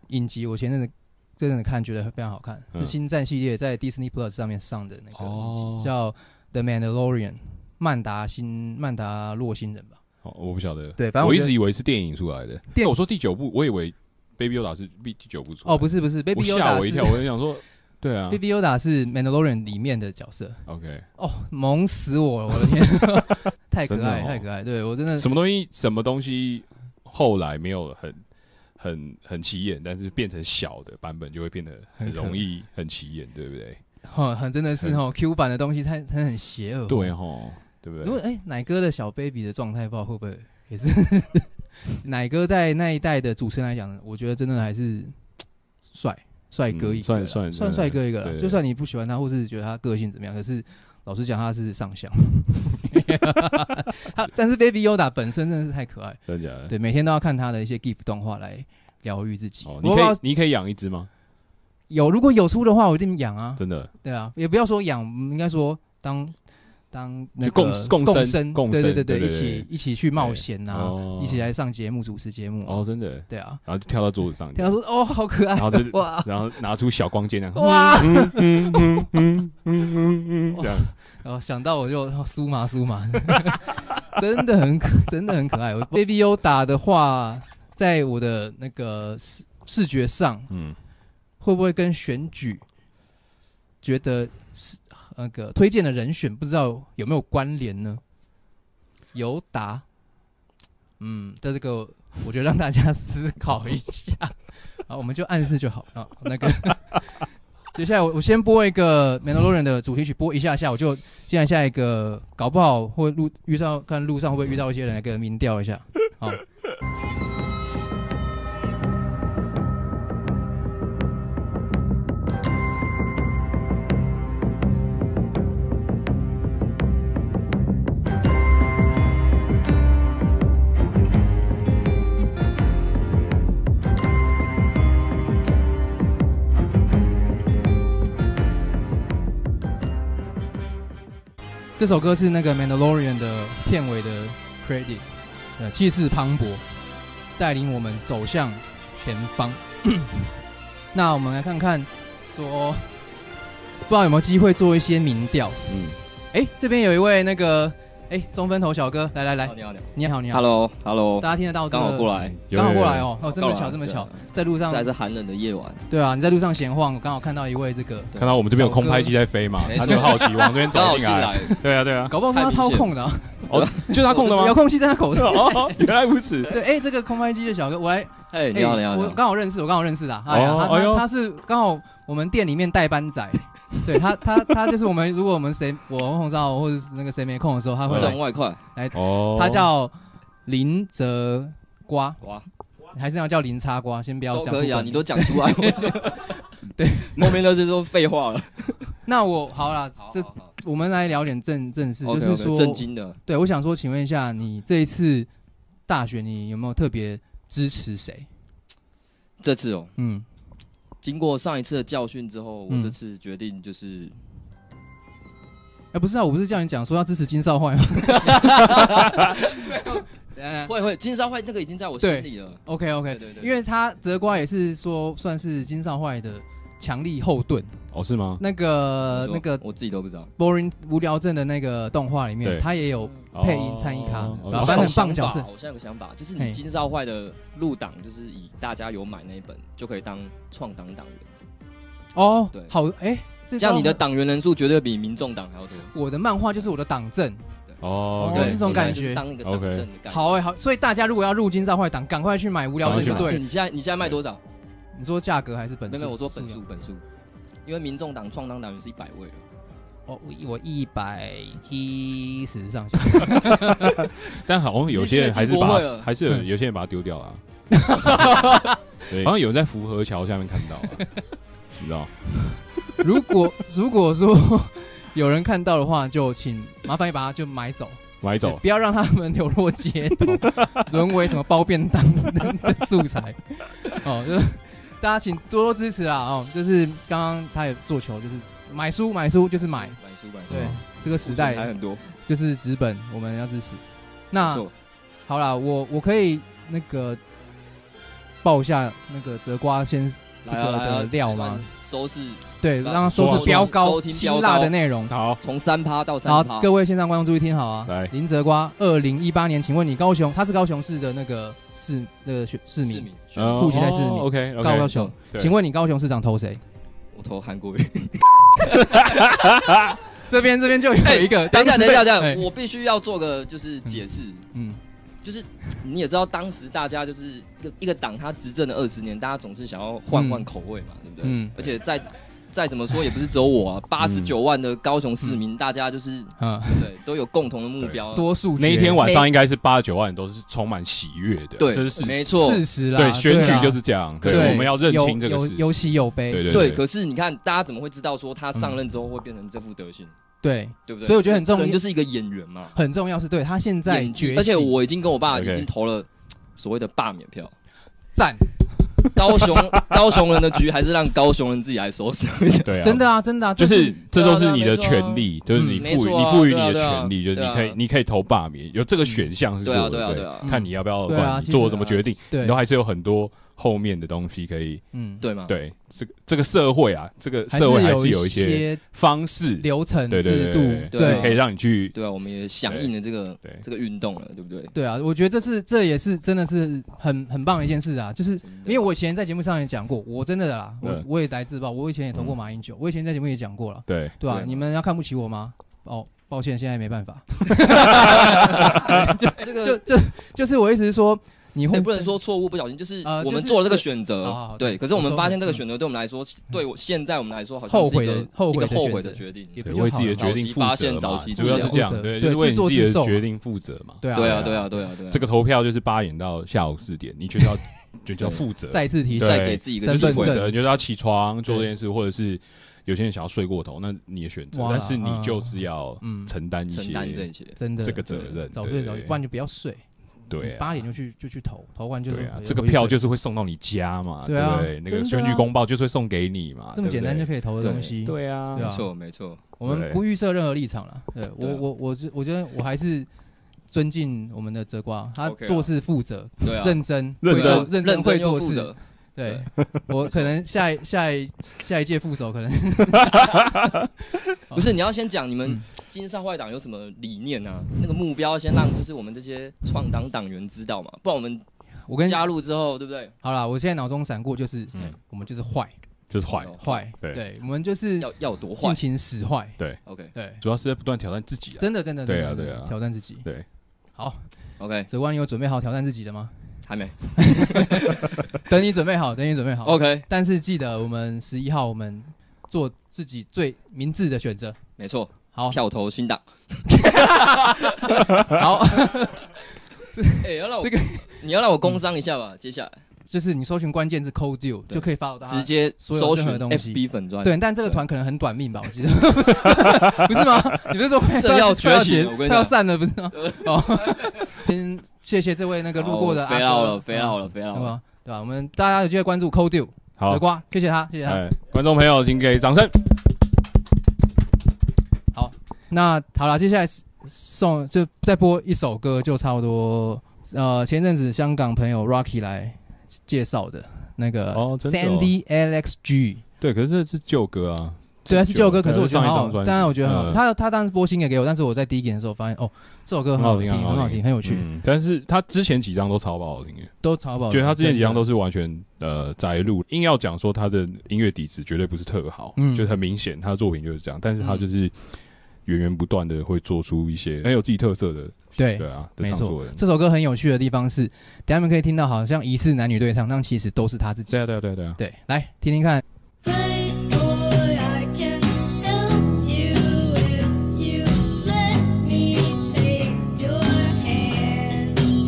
A: 影集，我前阵子真的看，觉得非常好看，
B: 嗯
A: 是星战系列在 Disney Plus 上面上的那个影集，
B: 哦
A: 叫《The Mandalorian》，曼达星曼达洛星人吧？
B: 哦，我不晓得。
A: 对反正
B: 我
A: 我
B: 一
A: 觉得
B: 直以为是电影出来的。
A: 电
B: 那我说第九部，我以为 Baby Yoda 是第第九部出来
A: 哦，
B: 的
A: 不是不是
B: 我
A: ，Baby
B: 吓
A: Yoda
B: 我一
A: 是
B: 跳，我就 想说，对啊
A: Baby Yoda 是 Mandalorian 里面的角色。
B: ，OK，
A: 哦，萌死我了！我的 天，太可爱、
B: 真的哦
A: 太可爱，对我真的
B: 什么东西什么东西后来没有很很很起眼，但是变成小的版本就会变得很
A: 很可
B: 容易很起眼，对不对？
A: 很很真的是
B: 很
A: 哦，Q 版的东西它它很邪恶哦。
B: 对吼，对啊不
A: 如果
B: 对？
A: 哎、奶哥的小 baby 的状态，不知道会不会 也是奶哥在那一代的主持人来讲，我觉得真的还是帅帅哥一个啦、
B: 嗯算算
A: 算帅哥一个
B: 对
A: 了。
B: 对
A: 就算你不喜欢他，或是觉得他个性怎么样，可是老实讲，他是上香。 他但是 Baby Yoda 本身真的是太可爱，
B: 真的假的？
A: 对，每天都要看他的一些 GIF 动画来疗愈自己。
B: 哦，
A: 我
B: 你
A: 不知
B: 可
A: 道
B: 以你可以养一只吗？
A: 有如果有出的话，我一定养啊。
B: 真的，
A: 对啊，也不要说养，嗯应该说当当那个
B: 就共共
A: 共
B: 生共
A: 对
B: 生
A: 对对
B: 对对
A: 一
B: 对
A: 起一起去冒险
B: 对
A: 啊
B: 哦，
A: 一起来上节目主持节目啊。
B: 哦，真的，
A: 对啊，
B: 然后就跳到桌子上，
A: 听他说哦，好可爱
B: 然后就，
A: 哇
B: 然后拿出小光剑那样，
A: 哇，
B: 嗯嗯嗯嗯嗯嗯嗯，这样
A: 然后想到我就哦酥麻酥麻， 真的很可真的很可爱。我 Baby U 打的话，在我的那个视视觉上，
B: 嗯，
A: 会不会跟选举觉得是呃那个推荐的人选不知道有没有关联呢？尤达，嗯，这个我觉得让大家思考一下， 好，我们就暗示就好啊。那个， 接下来我我先播一个《Mandalorian》的主题曲，播一下下，我就进来下一个，搞不好会路遇到看路上会不会遇到一些人来跟民调一下，好。这首歌是那个《Mandalorian》的片尾的 credit，呃，气势磅礴，带领我们走向前方。 那我们来看看，说不知道有没有机会做一些民调。
K: 嗯，
A: 哎，这边有一位那个，哎，中分头小哥，来来来，
K: 你好，
A: 你好，你好
K: Hello，Hello，
A: 大家听得到这
K: 刚
A: 个
K: 好过来，
A: 刚好过来哦，哦，这么巧，这么巧，在路上
K: 在这寒冷的夜晚，
A: 对啊，你在路上闲晃，我刚好看到一位这个，
B: 看到我们这边有空拍机在飞嘛，
K: 没
B: 他
K: 错
B: 就好奇往这边
K: 刚
B: 走
K: 好
B: 进
K: 进
B: 来
K: 来，
B: 对啊对啊，
A: 搞不好是他操控的啊、
B: 哦，就是他 控的吗？
A: 遥控器在他口上。
B: 哦，原来如此。
A: 对，哎、这个空拍机的小哥，我来，
K: 哎你好你好你
A: 我
K: 好
A: 刚好认识，我刚好认识的，哎呀，
B: 哦
A: 他
B: 哎呦
A: 他他是刚好我们店里面代班 仔，对他他他就是我们，如果我们谁我红烧或者是那个谁没空的时候，他会
K: 赚
A: 来，
K: 外快，
A: 来
B: 哦
A: 他叫林泽瓜，
K: 哇，
A: 还是要叫林叉瓜，先不要
K: 都
A: 讲
K: 可以
A: 副
K: 啊，
A: 本
K: 你都讲出来， 我就
A: 对，
K: 后面都是说废话 了，
A: 那我好啦，这我们来聊点正正事，就
K: OK，OK，
A: 是说
K: 正经的。
A: 对，我想说，请问一下，你这一次大选，你有没有特别支持谁？
K: 这次哦，
A: 嗯，
K: 经过上一次的教训之后，我
A: 嗯
K: 这次决定就是
A: 哎、不是啊，我不是叫你讲说要支持金少坏 吗？
K: 会会金沙会那个已经在我心里了，
A: OK OK，
K: 对对对
A: 因为他泽瓜也是说算是金少坏的强力后盾。
B: 哦，是吗？
A: 那个呃那个
K: 我自己都不知道。
A: boring 无聊症的那个动画里面，
K: 对
A: 他也有配音
K: 哦
A: 参与咖，
K: 我
A: 然后
K: 现在
A: 他
K: 有
A: 很
K: 想
A: 棒角
K: 法
A: 色。
K: 我现在有个想法，就是
A: 嘿
K: 你金少坏的入党，就是以大家有买那一本，就可以当创党党员。
A: 哦
K: 对，
A: 好哎，
K: 这
A: 这
K: 样
A: 招
K: 你的党员人数绝对比民众党还要多。
A: 我的漫画就是我的党政。哦，
B: 哦
K: 对
A: 这种感
K: 进来就是
A: 觉，
K: 当一个党政的感觉
A: 好哎、好，所以大家如果要入金兆坏党，赶快去买无聊
K: 赶快
A: 这
K: 去
A: 就
K: 买
A: 对
K: 你。现在你现在卖多少？
A: 你说价格还是本
K: 没
A: 数？
K: 有没有，我说本
A: 数
K: 数
A: 量。
K: 本数，因为民众党创党党员是一百位。
A: 哦，我我一百七十上下。
B: 但好像有些人还是把
K: 你现在进国会
B: 它，
K: 了
B: 还是有有些人把它丢 掉了啊。好像有人在福和桥下面看 到啊，知道？
A: 如果如果说有人看到的话，就请麻烦你把它就买走，
B: 买走
A: 不要让他们流落街 头，沦为什么包便当的的素材。哦，就是大家请多多支持啊！哦，就是刚刚他也做球，就是买书买书就是买，
K: 买书买书
A: 对
K: 嗯，
A: 这个时代
K: 还很多，
A: 就是纸本，我们要支持。那
K: 没错
A: 好啦，我我可以那个报一下那个泽瓜先这
K: 来啊
A: 个
K: 来啊
A: 的料
K: 来
A: 吗
K: 啊？收视
A: 对，让它收视飙高，辛辣的内容。
B: 好，
K: 从三趴到
A: 好
K: 三趴，，
A: 各位线上观众注意听好啊！
B: 来，
A: 林泽瓜，二零一八年，请问你高雄，他是高雄市的那个市那个选市
K: 市
A: 民
K: 民，选民
A: 户籍在市民。
K: 哦，OK，OK，
A: 高高雄，
K: 对
A: 请问你高雄市长投谁？
K: 我投韩 国瑜。
A: 这边这边就有一个，
K: 哎等一
A: 当
K: 下，
A: 时
K: 等一
A: 被
K: 下，等
A: 哎
K: 一下，我必须要做个就是解释。
A: 嗯，
K: 就是你也知道，当时大家就是嗯一个一个党，他执政了二十年，大家总是想要换换口味嘛，对不对？
A: 嗯
K: 而且在再怎么说也不是只有我啊，八十九万的高雄市
A: 嗯
K: 民，大家就是
A: 啊，
K: 对，都有共同的目标啊，
B: 那一天晚上应该是八十九万都是充满喜悦的，
K: 对
B: 这是事
K: 没错
A: 事实啦
B: 对，选
A: 对
B: 举
A: 啦
B: 就是这样，
A: 对
B: 可是我们要认清这个
A: 有
B: 事
A: 有
B: 实，
A: 有喜有悲嗯
B: 对
K: 对，
B: 对。
K: 可是你看，大家怎么会知道说他上任之后会变成这副德行？
A: 对
K: 对不对？
A: 所以我觉得很重
K: 这人就是一个演员嘛，
A: 很重要是对他现在
K: 演技
A: 崛起，
K: 而且我已经跟我爸已
A: OK
K: 经投了所谓的罢免票。
A: 赞，
K: 高雄高雄人的局还是让高雄人自己来收拾。
B: 对啊，
A: 真的啊，真的啊，
B: 就
A: 这
B: 是这都是你的权利，就是你
K: 没
B: 赋予
K: 错
B: 你
K: 啊
B: 赋予你
K: 对啊
B: 的
K: 对啊
B: 权利，就是
K: 对
B: 你
K: 啊
B: 可以你可以投罢免，有这个选项是
K: 对啊
B: 做的，
K: 对啊
B: 对
K: 对啊
B: 看
K: 嗯
B: 你要不要
K: 对啊
B: 管你
K: 其实
B: 做什么决定，
K: 对
B: 你都还是有很多后面的东西可以，
A: 嗯
K: 对嘛
B: 对，这个这个社会啊，这个社会还是有一些方式、
A: 流程
B: 对对
A: 制度
B: 对对
A: 对
B: 是可以让你去，
K: 对啊，我们也响应了这个这个运动了，对不对？
A: 对啊，我觉得这是这也是真的是很很棒的一件事啊，就是因为我以前在节目上也讲过，我真的啦，我
B: 嗯
A: 我也来自曝，我以前也投过马英九，我以前在节目也讲过了，
B: 对
A: 对吧、
B: 对啊
A: 你们要看不起我吗？哦，抱歉，现在没办 法。就
K: 这个
A: 就就就是我意思是说，你会
B: 哎
K: 也不能说错误不小心，就是
A: 呃
K: 我
A: 就
K: 们
A: 是
K: 做了这个
A: 对
K: 选
A: 好好
K: 择
A: 好，
K: 对。
A: 对
K: 可是我
A: 我
K: 们
A: 说
K: 发现这个选择对我们来说，对我现在我们来说好像
A: 嗯后
K: 是
A: 悔
K: 一
A: 的
K: 个
A: 后
K: 一
A: 悔
K: 个
A: 的
K: 后
A: 选
K: 悔
A: 择
K: 的决定，
A: 也
B: 对
A: 比较
B: 为自己的
K: 早
B: 决定
K: 期
B: 负
K: 发
B: 责
K: 现早
B: 嘛
K: 期，
B: 主要是
K: 自己
B: 这样
K: 负，责
B: 对，就
A: 对
B: 是为
A: 自
B: 你
A: 作
B: 自己
A: 自受
B: 的决定负责嘛。
A: 对啊
K: 对啊对啊对啊对啊
B: 这个投票就是八点到下午四点，你就是 要就就要负责，
A: 再次提
B: 对
A: 再
K: 给自己一个
B: 就是
K: 身份
B: 负责
A: 证
B: 你就是要起床做这件事，或者是有些人想要睡过头，那你的选择，
A: 哇
B: 但是你
A: 嗯
B: 就是要
A: 嗯
B: 承担一些
K: 承担这一切
A: 真的
B: 这个责任，
A: 早
B: 对
A: 睡早
B: 对
A: 起，不然就不要睡。
B: 对啊
A: 你八点就去就去投，投完就
B: 对
A: 是
B: 啊，这个票就是会送到你家嘛，
A: 对
B: 对
A: 啊
B: 不对？那
A: 真
B: 个
A: 的啊
B: 选举公报就是会送给你嘛，
A: 这么
B: 对不对
A: 简单就可以投的东西。
B: 对啊，
A: 对啊
K: 没错没错
A: 我们
B: 对
A: 不预设任何立场了。对
K: 对
A: 我
K: 啊
A: 我我是我觉得我还是尊敬我们的泽瓜，他
K: OK 啊
A: 做事负责，
K: 对啊
A: 认真，
B: 认
A: 会
B: 真
A: 做认
K: 认真
A: 会
K: 又
A: 做
K: 负
A: 事
K: 责。
A: 对， 我可能下 一下一下一届副手可能
K: 不是，你要先讲你们
A: 嗯
K: 金少坏党有什么理念啊？那个目标先让就是我们这些创党党员知道嘛，不然我们
A: 我跟
K: 加入之后，对不对？
A: 好啦，我现在脑中闪过就是，我们就是坏，
B: 就是坏
K: 啊
A: 坏，
B: 嗯对
A: 对，我们就是
K: 哦要要多
A: 尽情使坏。
B: 对
K: OK
A: 对，
B: 主要是在不断挑战自己啊，
A: 真的真的
B: 对
A: 真
B: 啊
A: 的
B: 对
A: 真
B: 啊
A: 的，挑战自己。
B: 对，
A: 好
K: ，OK，
A: 泽光，你有准备好挑战自己的吗？
K: 还没，
A: 等你准备好，等你准备好。
K: OK
A: 但是记得我们十一号我们做自己最明智的选择。
K: 没错，
A: 好，
K: 票投新党。
A: 好，
K: 哎、要让我这个 你要让我工商一下吧，接下来
A: 就是你搜寻关键字 “cold deal” 就可以发到大家
K: 直接
A: 嗯啊所有
K: 搜
A: 任
K: 寻
A: 何东西。
K: FB 粉专。
A: 对，但这个团可能很短命吧，我记得， 不是吗？你不是说快
K: 正要
A: 快要
K: 崛起
A: 结
K: 了我跟你
A: 快要
K: 讲
A: 散了，不是 吗？哦，先谢谢这位那个路过的
K: 好
A: 阿
K: 飞
A: 哥
K: 哦到了飞到了
A: 嗯
K: 飞到了
A: 对吧？对吧？我们大家有机会关注 Cold Deal，
B: 好
A: 傻瓜，谢谢他，谢谢他。
B: 哎，观众朋友，请给掌声。
A: 那好了，接下来送就再播一首歌，就差不多。呃，前阵子香港朋友 Rocky 来介绍的那个
B: 哦真的哦
A: Sandy Alex G，
B: 对，可是这是旧歌啊，
A: 对，它是旧歌，
B: 对
A: 可是我觉得
B: 上一
A: 很
B: 张
A: 好，
B: 专辑
A: 当然我觉得很好。
B: 嗯
A: 他他当时播新也给我，但是我在第一点的时候发现，哦，这首歌很好听，很好听，很有趣，哦
B: 嗯但是他之前几张都超不好听的，欸
A: 都超棒。
B: 嗯觉得他之前几张都是完全呃宅录，硬要讲说他的音乐底子绝对不是特好，
A: 嗯
B: 就很明显他的作品就是这样，但是他就是源源不断的会做出一些很有自己特色的，
A: 对
B: 对啊，的
A: 没
B: 创
A: 错
B: 作人，。
A: 这首歌很有趣的地方是，等一下你们可以听到好像疑似男女对唱，但其实都是他自己。
B: 对啊，对啊，对啊，对啊。
A: 对，来听听看。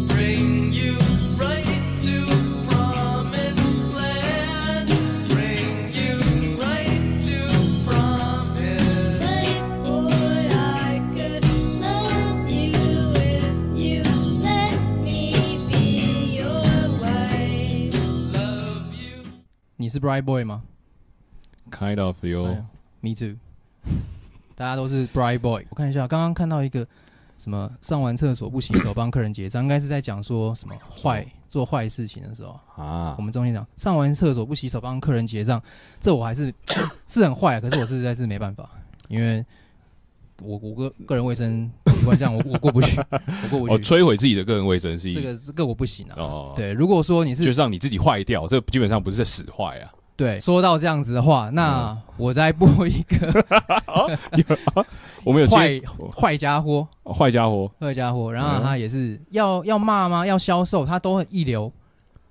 J: Bring you right to promised land. Bring you right to promised. boy, I could love you if you let me be your wife.
A: 你是 Bright Boy 吗
B: Kind of
A: 哎
B: you，
A: ？Me too。大家都是 Bright Boy。我看一下，刚刚看到一个什么上完厕所不洗手帮客人结账，应该是在讲说什么
B: 哦
A: 坏做坏事情的时候
B: 啊。
A: 我们中间讲上完厕所不洗手帮客人结账，这我 还是是很坏，啊可是我实在是没办法，因为我我个个人卫生习惯这样，我我过不 去，我过不
B: 哦，
A: 去。
B: 摧毁自己的个人卫生是一
A: 这个这个我不行啊。
B: 哦，
A: 对，如果说你是
B: 就是让你自己坏掉，这基本上不是在使坏啊。
A: 对，说到这样子的话，
B: 嗯
A: 那我再播一个
B: 我们有接
A: 坏坏家伙，
B: 哦坏家伙
A: 坏家伙，然后
B: 嗯
A: 他也是要要骂吗？要销售，他都很一流，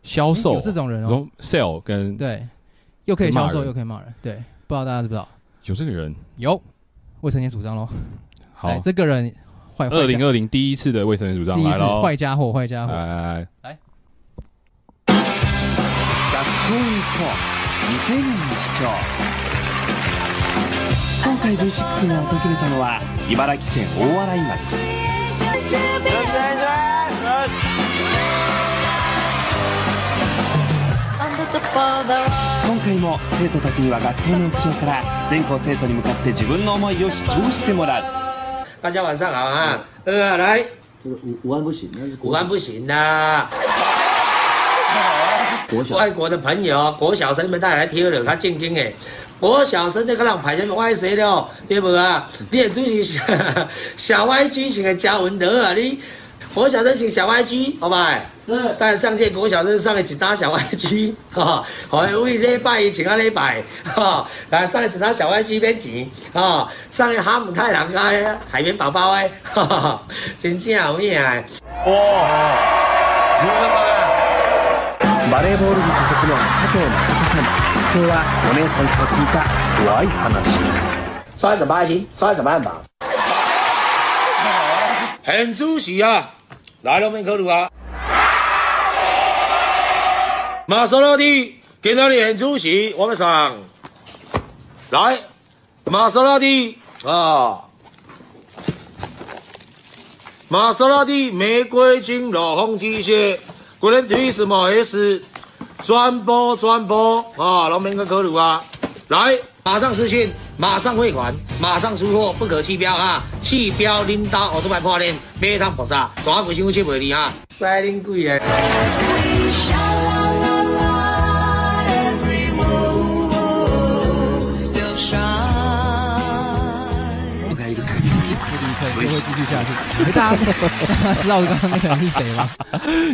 B: 销售
A: 有这种人
B: 然
A: 哦
B: 后，sell 跟
A: 对，又可以销
B: 骂
A: 售
B: 人
A: 又可以骂人，对，不知道大家知不知道？
B: 有这个人，
A: 有未成年主张喽。
B: 好
A: 哎来这个人坏
B: 二
A: 坏家
B: 零二零第一次的卫生署长
A: 第一
B: 来哎
A: 次
B: 喽，
A: 坏哦家伙，坏家伙。
B: 来来来
A: 来
K: 今回 V6 が訪れたのは茨城県大洗町今回も生徒たちには学校の屋上から全校生徒に向かって自分の思いを主張してもらう
C: 大家晚上好啊，呃，来，
K: 这个武武安不行，那是
C: 武汉不行啦。外国的朋友，国小生们带来听了，他正经诶。国小生那个人排什么歪谁了，对不啊？你也主席小 小 YG 型的嘉文德啊，你国小生型小 YG 好不好？是。但上届国小生上了一打小 YG，哈、 哦，好为礼拜一请个礼拜，哈、来上了一打小 YG 边钱，哈、哦，上了哈姆太郎啊，海绵宝宝哎，哈、哈，真正有影啊诶。
K: バレーボール部所属の佐藤誠さん今日はお姉さんから聞いた怖い話
C: 算什么爱心，算什么爱宝。很出息啊！来了没，克鲁啊？马莎拉蒂给到你很出息，我们上来，玛莎拉蒂啊，玛莎拉蒂玫瑰金裸风机械，古人提什么 S？转播转播啊，龙门跟科鲁啊，来，马上私信，马上汇款，马上出货，不可弃标啊！弃标拎刀，我都买破链，买汤菩萨，转回新闻去赔你啊！塞恁贵啊！
A: 一直一个设定所以就会继续下去。哎大家大家知道刚刚那个人是谁吗？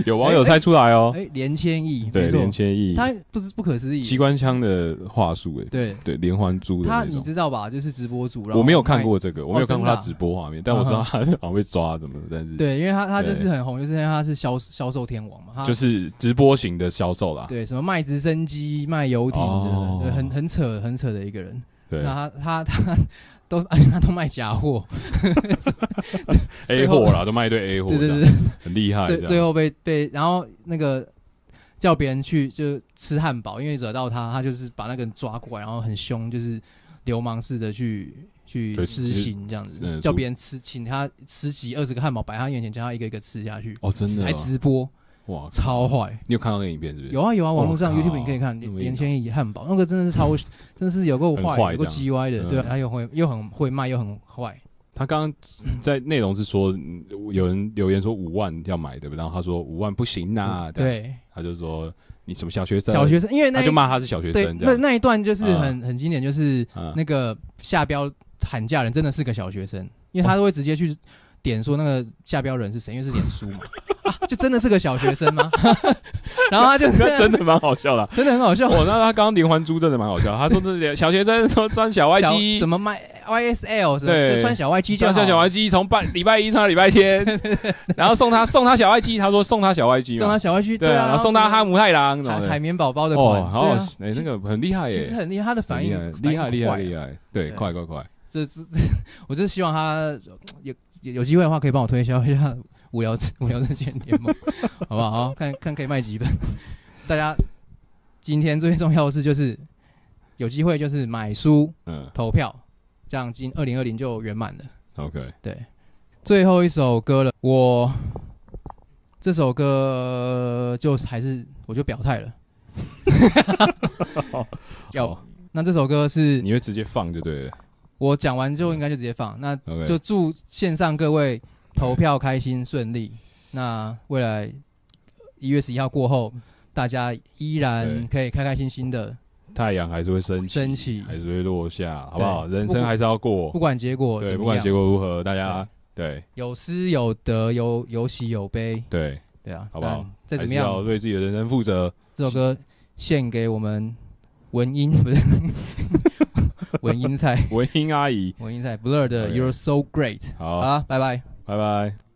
B: 有网友猜出来哦
A: 哎，哎连千亿，
B: 对
A: 没错
B: 连千亿
A: 他不是不可思议。
B: 机关枪的话术，哎，
A: 对
B: 对，连环珠的
A: 他
B: 那
A: 你
B: 种。
A: 知道吧？就是直播主，然后
B: 我没有看
A: 卖
B: 过这个，我没有看过他直。
A: 哦真的啊
B: 播画面，但我知道他好像被抓怎么的，但是
A: 对，因为他他就是
B: 对
A: 很红，就是因为他是销销售天王嘛，他
B: 就是直播型的销售啦，
A: 对什么卖直升机、卖游艇的，
B: 哦
A: 对，很很扯很扯的一个人。
B: 对
A: 那他他他都 而且他都卖假货
B: A
A: 最后
B: 货啦，都卖一堆 A 货，
A: 对对
B: 这
A: 对
B: 样
A: 对，
B: 很厉害这
A: 最
B: 样。
A: 最后被被然后那个叫别人去就吃汉堡，因为惹到他，他就是把那个人抓过来，然后很凶，就是流氓式的去去
B: 对
A: 施
B: 其实
A: 行这样子，
B: 嗯
A: 叫
B: 主
A: 别人吃，请他十几二十个汉堡摆他眼前，叫他一个一个吃下去。
B: 哦真的哦
A: 还直播，
B: 哇，
A: 超坏！
B: 你有看到那个影片是不是？
A: 有啊有啊，网络上
B: 哇靠
A: YouTube 你可以看
B: 那么
A: 连千亿汉堡，那个真的是 超，真的是有够
B: 很
A: 坏，
B: 坏
A: 有够
B: 这样
A: G Y 的，
B: 嗯
A: 对，啊还有会又很会卖又很坏，
B: 他刚刚在内容是说，嗯有人留言说五万要买，对不对？然后他说五万不行啊呐、这样
A: 嗯对，
B: 他就说你什么小学生？
A: 小学生，因为那一
B: 他就骂他是小学
A: 对
B: 生，这
A: 那
B: 样
A: 那一段就是
B: 啊
A: 很、很经典，就是
B: 啊
A: 那个下标喊价人真的是个小学生，因为
B: 哦
A: 他都会直接去点说那个下标人是谁，因为是脸书嘛， 啊，就真的是个小学生吗？ 然后他就
B: 那 真的蛮 好笑的、
A: 真的很好笑。
B: 我那他刚刚连环珠真的蛮好笑，他说这小学生都穿小外
A: 小
B: 机，
A: 怎么卖 YSL 什么
B: 对
A: 就穿小外机就好，
B: 穿小外机，从半礼拜一穿到礼 拜天，然后送他送他小外机，他说送他小外机嘛，
A: 送他小外机，
B: 对
A: 啊，
B: 然后送他哈姆太郎，
A: 海
B: 然后
A: 海绵宝宝的款，
B: 哦，好好
A: 对啊，
B: 哎，那个很厉害耶，
A: 其实很厉害他的反应
B: 很厉害
A: 反应
B: 厉害
A: 快啊
B: 厉害，厉害对，快快快，
A: 这这，这我真希望他有有有机会的话，可以帮我推销一下无聊无聊证券联盟，好不好？好看看可以卖几本。大家今天最重要的事就是有机会就是买书，
B: 嗯，
A: 投票，这样今二零二零就圆满了。
B: OK，
A: 对，最后一首歌了，我这首歌就还是我就表态 了。要
B: 好，
A: 那这首歌是
B: 你会直接放就对了。
A: 我讲完就应该就直接放，那
B: OK
A: 就祝线上各位投票开心顺利。那未来一月十一号过后，大家依然可以开开心心的，
B: 太阳还是会升起，
A: 升起
B: 还是会落下，好不好？
A: 对
B: 人生还是要过，
A: 不管结果
B: 对，
A: 怎么样
B: 不管结果如何，大家对
A: 有失有得，有有喜有悲。
B: 对
A: 对啊，
B: 好不好
A: 但？再怎么
B: 还是要
A: 样，
B: 对自己的人生负责。
A: 这首歌献给我们文 英，不是 文英菜，
B: 文英阿姨，
A: 文英菜 Blur 的
B: OK
A: You're So Great。
B: 好
A: 啊，拜拜。
B: 拜拜。